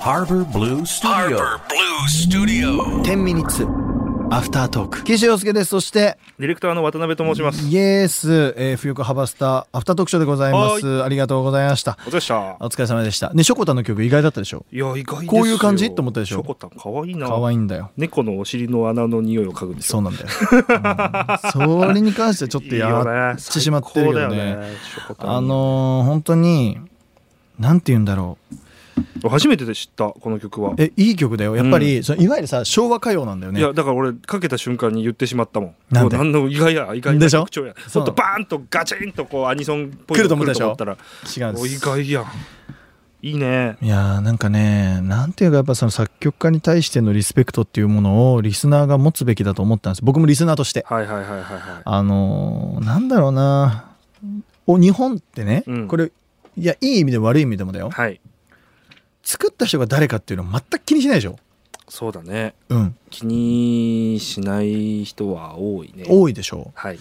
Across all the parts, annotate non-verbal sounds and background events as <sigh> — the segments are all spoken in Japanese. Harbor Blue Studio. 10ミニッツアフタートーク岸洋介ですそしてディレクターの渡辺と申します。イエース、えー、冬子ハバスタアフタートークショーでございますありがとうございましたお疲れでした。お疲れ様でしたねしょこたんの曲意外だったでしょいや、意外ですよこういう感じと思ったでしょショコタン、可愛いな。可愛いんだよ猫のお尻の穴の匂いを嗅ぐんですそよ。うなんだよ、うんそれに関してはちょっとやらっいいよねてしまってるよね最高だよねショコタンあのー本当になんて言うんだろう初めてで知った、この曲は。えいい曲だよやっぱり、そのいわゆるさ昭和歌謡なんだよいねやだから俺かけた瞬間に言ってしまったもん。なんでもうの意外や意外でなしょ曲調や。そもうっとバーンとガチンとこうアニソンっぽい来るのと思ったでしょ来ると思っ違たうらんでお意す外やん。いいね。いやーなんかねなんていうかやっぱその作曲家に対してのリスペクトっていうものをリスナーが持つべきだと思ったんです僕もリスナーとしてはいはいはいはいはい。あのーなんだろうなお日本ってね、うんこれいやいい意味でも悪い意味でもだよはい。作った人が誰かっていうのは全く気にしないでしょそうだね。うん気にしない人は多いね。多いでしょはい。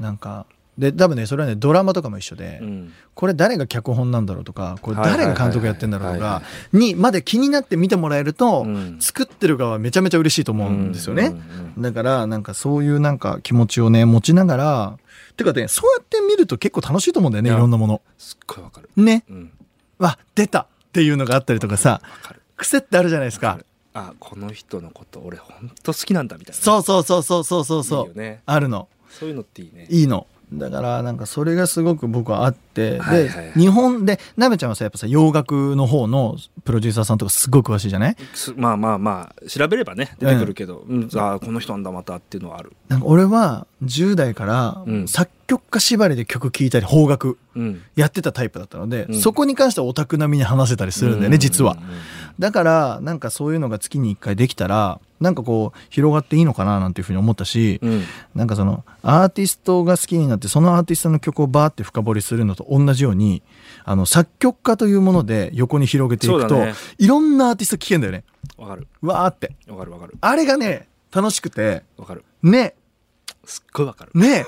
なんかで多分ねそれはねドラマとかも一緒で、うん。これ誰が脚本なんだろうとかこれはいはい誰はいが監督やってんだろうとはいはかにまで気になって見てもらえると、うん作ってる側はめちゃめちゃ嬉しいと思うんですよね。うんうんうんだからなんかそういうなんか気持ちをね持ちながらてかねそうやって見ると結構楽しいと思うんだよねいいやろんなものすっごいわかる。ねうん。わ出たっていうのがあったりとかさわかる。癖ってあるじゃないですわかかるあ、この人のこと俺ほんと好きなんだみたいな。そうそうそうそうそうそうそういいよね。あるのそういうのっていいね。いいのだからなんかそれがすごく僕はあって、はいはいはいで日本でなべちゃんはさやっぱさ洋楽の方のプロデューサーさんとかすごい詳しいじゃないすまあまあまあ調べればね出てくるけど、うんああこの人なんだまたっていうのはある。なんか俺は10代からうん作曲家縛りで曲聴いたり邦楽うん。やってたタイプだったので、うんそこに関してはオタク並みに話せたりするんだよね、実はうんうんうん。だからなんかそういうのが月に1回できたらなんかこう広がっていいのかななんていうふうに思ったし、うんなんかそのアーティストが好きになってそのアーティストの曲をバーって深掘りするのと同じようにあの作曲家というもので横に広げていくそと、うだねいろんなアーティスト聴けんだよねわかるわーってわかるわかるあれがね楽しくてわかる。ねすっごいわかる。ね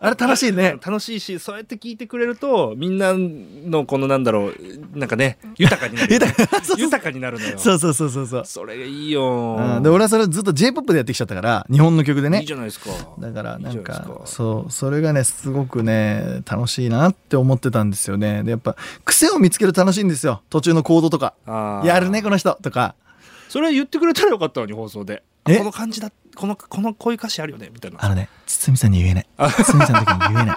あれ楽しい <laughs> ね楽しいしそうやって聞いてくれるとみんなのこのなんだろうなんかね豊かになる <laughs> 豊かそうそう豊かになるのよそうそうそうそうそうそれがいいようんで俺はそれをずっと j p o p でやってきちゃったから日本の曲でいねいじゃないですかだからいないじゃんないですかそうそれがねすごくね楽しいなって思ってたんですよねでやっぱ癖を見つけると楽しいんですよ途中の行動とかあーやるねこの人とかそれ言ってくれたらよかったのに放送であえこの感じだこのこのこういう歌詞あるよねみたいなあのね堤さんに言え <laughs> ない堤さんの時に言えな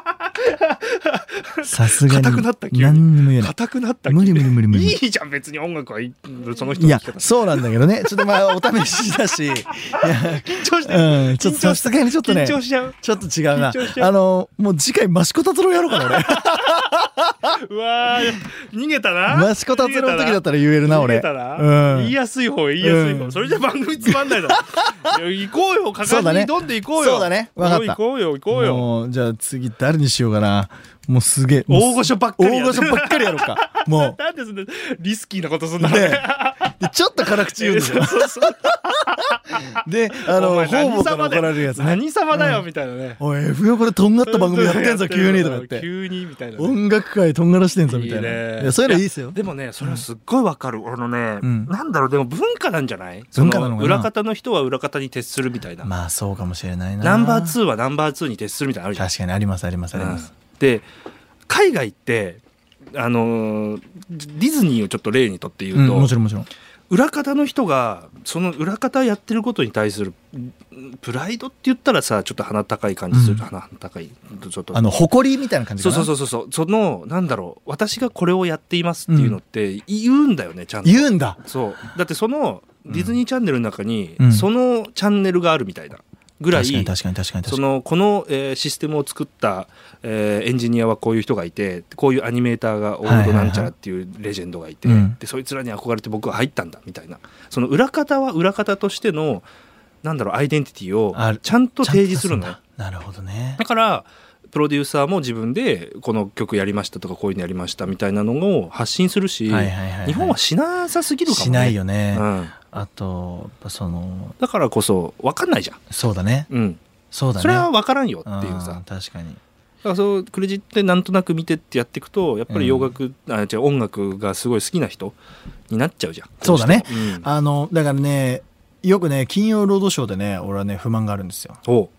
いさすがに硬くなった急に何にも言えない硬くなった無理無理無理無理いいじゃん別に音楽はいいその人いのや聞き方そうなんだけどねちょっとまあ <laughs> お試しだしいや緊張してうんちょっと緊張してさすがにちょっとね緊張しちゃうちょっと違うな緊張しちゃうあのもう次回益子達郎やろうかな俺うわー逃げたなマシコ達郎の時だったら言えるな俺逃げたなう言いんやすい方言いやすいうん方それじゃ番組つまんないだ <laughs> ろいや行こうよ果そうだ敢ねに挑んで行こうよそうだねわかった行こうよ行こうよもうじゃあ次誰にしようかなもうすげえもうす大御所ばっかり大や御所ばっかりやろうか <laughs> もなんでそんなリスキーなことすんうだねでちょっと辛口言うんですよ <laughs> そうそうであおの前方々何か様らだ怒よられるやつね何様だよみたいなねおい F 横でとんがった番組やってんぞ急にとか言って <laughs> 急にみたいなね音楽界とんがらしてんぞみたいいいねないやそういうのいいですよでもねそれはすっごいわかる、あのね、うんなんだろうでも文化なんじゃない文化なのかなそ裏方の人は裏方に徹するみたいな、まあそうかもしれないなナンバー2はナンバー2に徹するみたいなのあるじゃん確かにありますありますありますうんで海外ってあのーディズニーをちょっと例にとって言うんうと、もちろんもちろん裏方の人がその裏方やってることに対するうんプライドって言ったらさちょっと鼻高い感じする、うん鼻高いちょっとあの誇りみたいな感じそかうなそうそうそうそうそのなんだろう私がこれをやっていますっていうのって言うんだよね、ちゃんと言うんだそうだってそのディズニーチャンネルの中に、うんそのチャンネルがあるみたいなぐらい確かに確かに確かに確そかにのこの、えーシステムを作った、えーエンジニアはこういう人がいてこういうアニメーターがオールドなんちゃらっていうレジェンドがいて、うんでそいつらに憧れて僕は入ったんだみたいなその裏方は裏方としてのなんだろうアイデンティティをあるちゃんと提示するのちゃんよと出んだなるほどねだからプロデューサーも自分でこの曲やりましたとかこういうのやりましたみたいなのを発信するし、はいはいはいはい日本はしなさすぎるかもねしないよね、うん、あとやっぱそのだからこそ分かんないじゃん、そうだねうんそうだねそれは分からんよっていううさん確かにからそうクレジットでなんとなく見てってやっていくとやっぱり洋楽、あ違う音楽がすごい好きな人になっちゃうじゃんそうだねどしてもうんあのだからねよくね金曜ロードショーでね俺はね不満があるんですよおう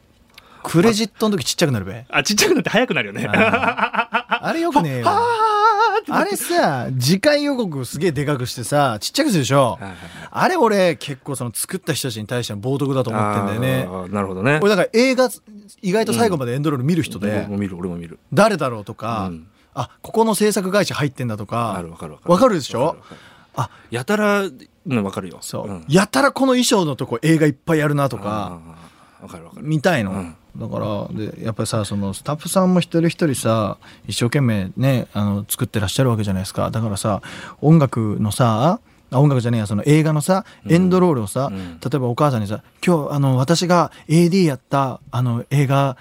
クレジットの時ちっちゃくなるべあちっちゃくなって早くなるよねああれよくねえよあれさ次回予告すげえでかくしてさちっちゃくするでしょはいはいはいあれ俺結構その作った人たちに対しての冒涜だ <laughs> と思ってんだよねあーなるほどね俺だから映画意外と最後までエンドロール見る人で俺も見る俺も見る誰だろうとか、うんあここの制作会社入ってんだとあかるわかるわかるわかるでしわょかるわかるあやたらうんわかるよそう、んやたらこの衣装のとこ映画いっぱいやるなとかあーわかるわかる見たいの、うんだからでやっぱりさそのスタッフさんも一人一人さ一生懸命ねあの作ってらっしゃるわけじゃないですかだからさ音楽のさあ音楽じゃねえやその映画のさエンドロールをさ、うん例えばお母さんにさ「今日あの私が AD やったあの映画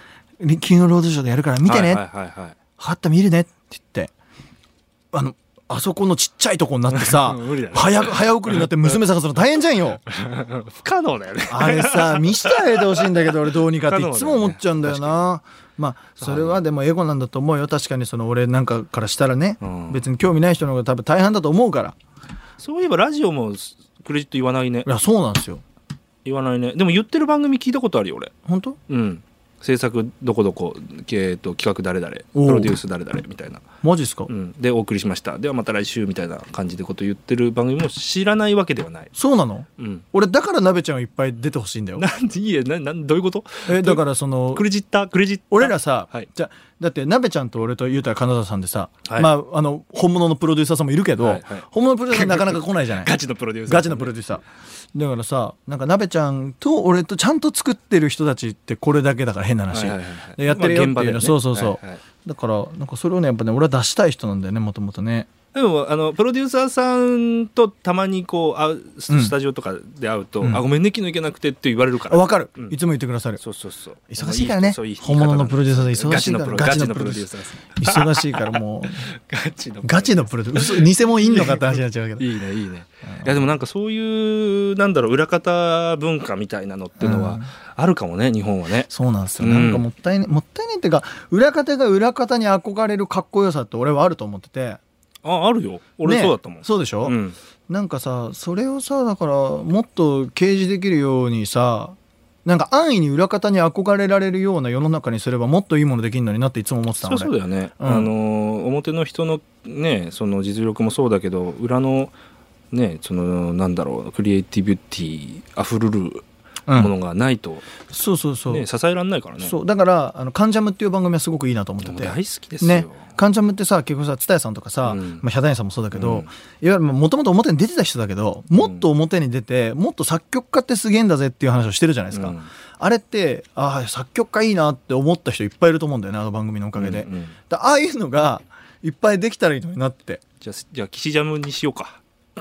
金曜ロードショーでやるから見てね」はいはいはいはいはった見るねって言ってあのあそこのちっちゃいとこになって <laughs> さ無理だね早く早送りになって娘探すの大変じゃん <laughs> よ不可能だよねあれさ見してあげてほしいんだけど俺どうにかっていつも思っちゃうんだよな。まあそれはでもエゴなんだと思うよ確かにその俺なんかからしたらね、うん別に興味ない人の方が多分大半だと思うからそういえばラジオもクレジット言わないねいやそうなんですよ言わないねでも言ってる番組聞いたことあるよ俺本当うん制作どこどこ、えー、と企画誰々おうプロデュース誰々みたいな、マジっすか、うん、でお送りしましたではまた来週みたいな感じでこと言ってる番組も知らないわけではない、そうなのうん、俺だから鍋ちゃんはいっぱい出てほしいん <laughs> だよなんでいいえななんどういうことえだからそのクレジッタークレジッター俺らさ、はいじゃだってなべちゃんと俺とゆうたら金沢さんでさ、はいまああの本物のプロデューサーさんもいるけど、はいはい本物のプロデューサーなかなか来ないじゃ <laughs> ないガチのプロデューサーガチのプロデューサーだからさなんかなべちゃんと俺とちゃんと作ってる人たちってこれだけだから変な話、はいはいはいはいでやってるよっていうの、まあ現場だよねそうそうそう、はいはいだからなんかそれをねやっぱね俺は出したい人なんだよねもともとねでもあのプロデューサーさんとたまにこう会ううんススタジオとかで会うと「うんあごめんね昨日行けなくて」って言われるからわかる、うんいつも言ってくださるそうそうそう忙しいからねそういう言い方本物のプロデューサーさん忙しいからガチのプロガチのプロデューサーさん <laughs> 忙しいからもうガチのプロデューサーガチのプロデューサー嘘偽物いんのかって話になっちゃうけどいいねいいねいやでもなんかそういうなんだろう裏方文化みたいなのっていうのうはんあるかもね日本はねそうなんですよ、うんなんかもったいねもったいねっていうか裏方が裏方に憧れるかっこよさって俺はあると思っててああるよ俺ねそうだったもん、そうでしょ、うんなんかさそれをさだからもっと掲示できるようにさなんか安易に裏方に憧れられるような世の中にすればもっといいものできるのになっていつも思ってたそのうそう俺だよね、うんあのー表の人のねその実力もそうだけど裏のねそのなんだろうクリエイティビティあふれるうんものがないと、そうそうそう,、ね、支えられないからねそうだから「あのカンジャム」っていう番組はすごくいいなと思ってもうて大好きですよ、ね、カンジャムってさ結局さ蔦屋さんとかさ、うんまあ、ヒャダインさんもそうだけど、ういんわゆるもともと表に出てた人だけどもっと表に出てもっと作曲家ってすげえんだぜっていう話をしてるじゃないですか、うんあれってああ作曲家いいなって思った人いっぱいいると思うんだよねあの番組のおかげで、うんうんだああいうのがいっぱいできたらいいのになってじゃあじゃあ岸ジャムにしようか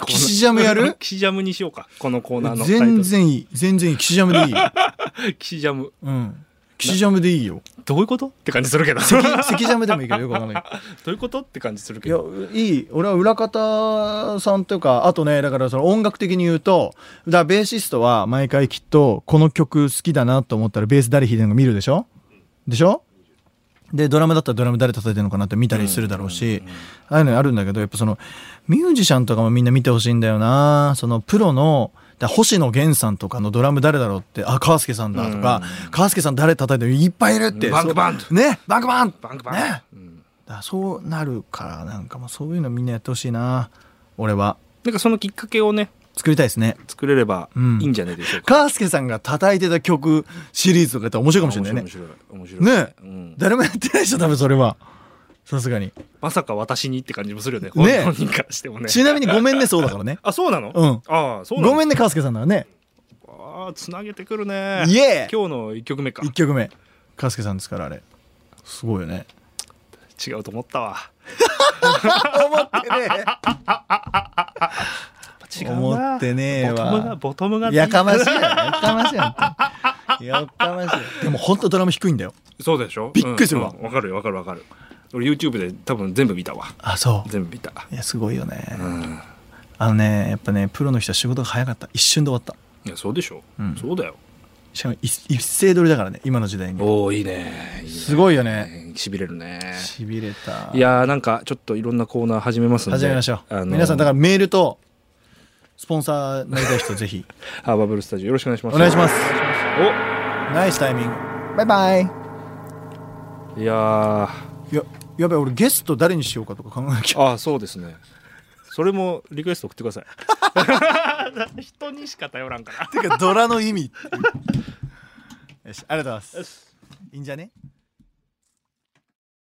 岸ジャムや <laughs> る岸ジャムにしようかこのコーナーのタイト全ル然いい全然いい岸ジャムでいい、岸ジャムうん、岸ジャムでいいよどういうことって感じするけ <laughs> ど関ど関ジャムでもいいけどよくわかんないけどういうことって感じするいけやどいい俺は裏方さんというかあとねだからその音楽的に言うとだからベーシストは毎回きっとこの曲好きだなと思ったらベース誰弾いてるのか見るでしょでしょでドラムだったらドラム誰叩いてるのかなって見たりするだろうし、ああいうのあるんだけどやっぱそのミュージシャンとかもみんな見てほしいんだよなそのプロのだから星野源さんとかのドラム誰だろうってあ川助さんだとか、川助さん誰叩いてるいっぱいいるってバンクバンそうねバンクバンバンクバン、ねうんだからそうなるからなんかもうそういうのみんなやってほしいな俺はなんかそのきっかけをね作りたいですね作れればうんいいんじゃないでしょうか、カースケさんが叩いてた曲シリーズとかやったら面白いかもしれないね面白い面白い面白いねうん誰もやってないでしょ多分それはさすがにまさか私にって感じもするよね本ね人からしてもねちなみに「ごめんね」そうだからね <laughs> あそうなの、うんああそうなのごめんねカースケさんならねああつなげてくるねイエー今日の1曲目か1曲目カースケさんですからあれすごいよ <laughs> ね違うと思ったわ思ってね違うな思ってね <laughs> えわボトムがボトムがやかましいよやかましいよ本当にやかましいでも本当ドラム低いんだよそうでしょびっくりするわうんうんわ、かるよわかるわかる俺 YouTube で多分全部見たわあそう全部見たいやすごいよねうんあのねやっぱねプロの人は仕事が早かった一瞬で終わったいやそうでしょ、うんそうだよしかも一一斉撮りだからね今の時代におおいいねいいねすごいよね現しびれるねしびれたいやーなんかちょっといろんなコーナー始めますんで始めましょう、あの皆さんだからメールとスポンサーになりたい人ぜひハーバーブルースタジオよろしくお願いしま <laughs> すお願いしますおナイスタイミングバイバイいやーややべえ俺ゲスト誰にしようかとか考えなきゃああそうですねそれもリクエスト送ってください <laughs> 人にしか頼らんからてかドラの意味よしありがとうございますいいんじゃね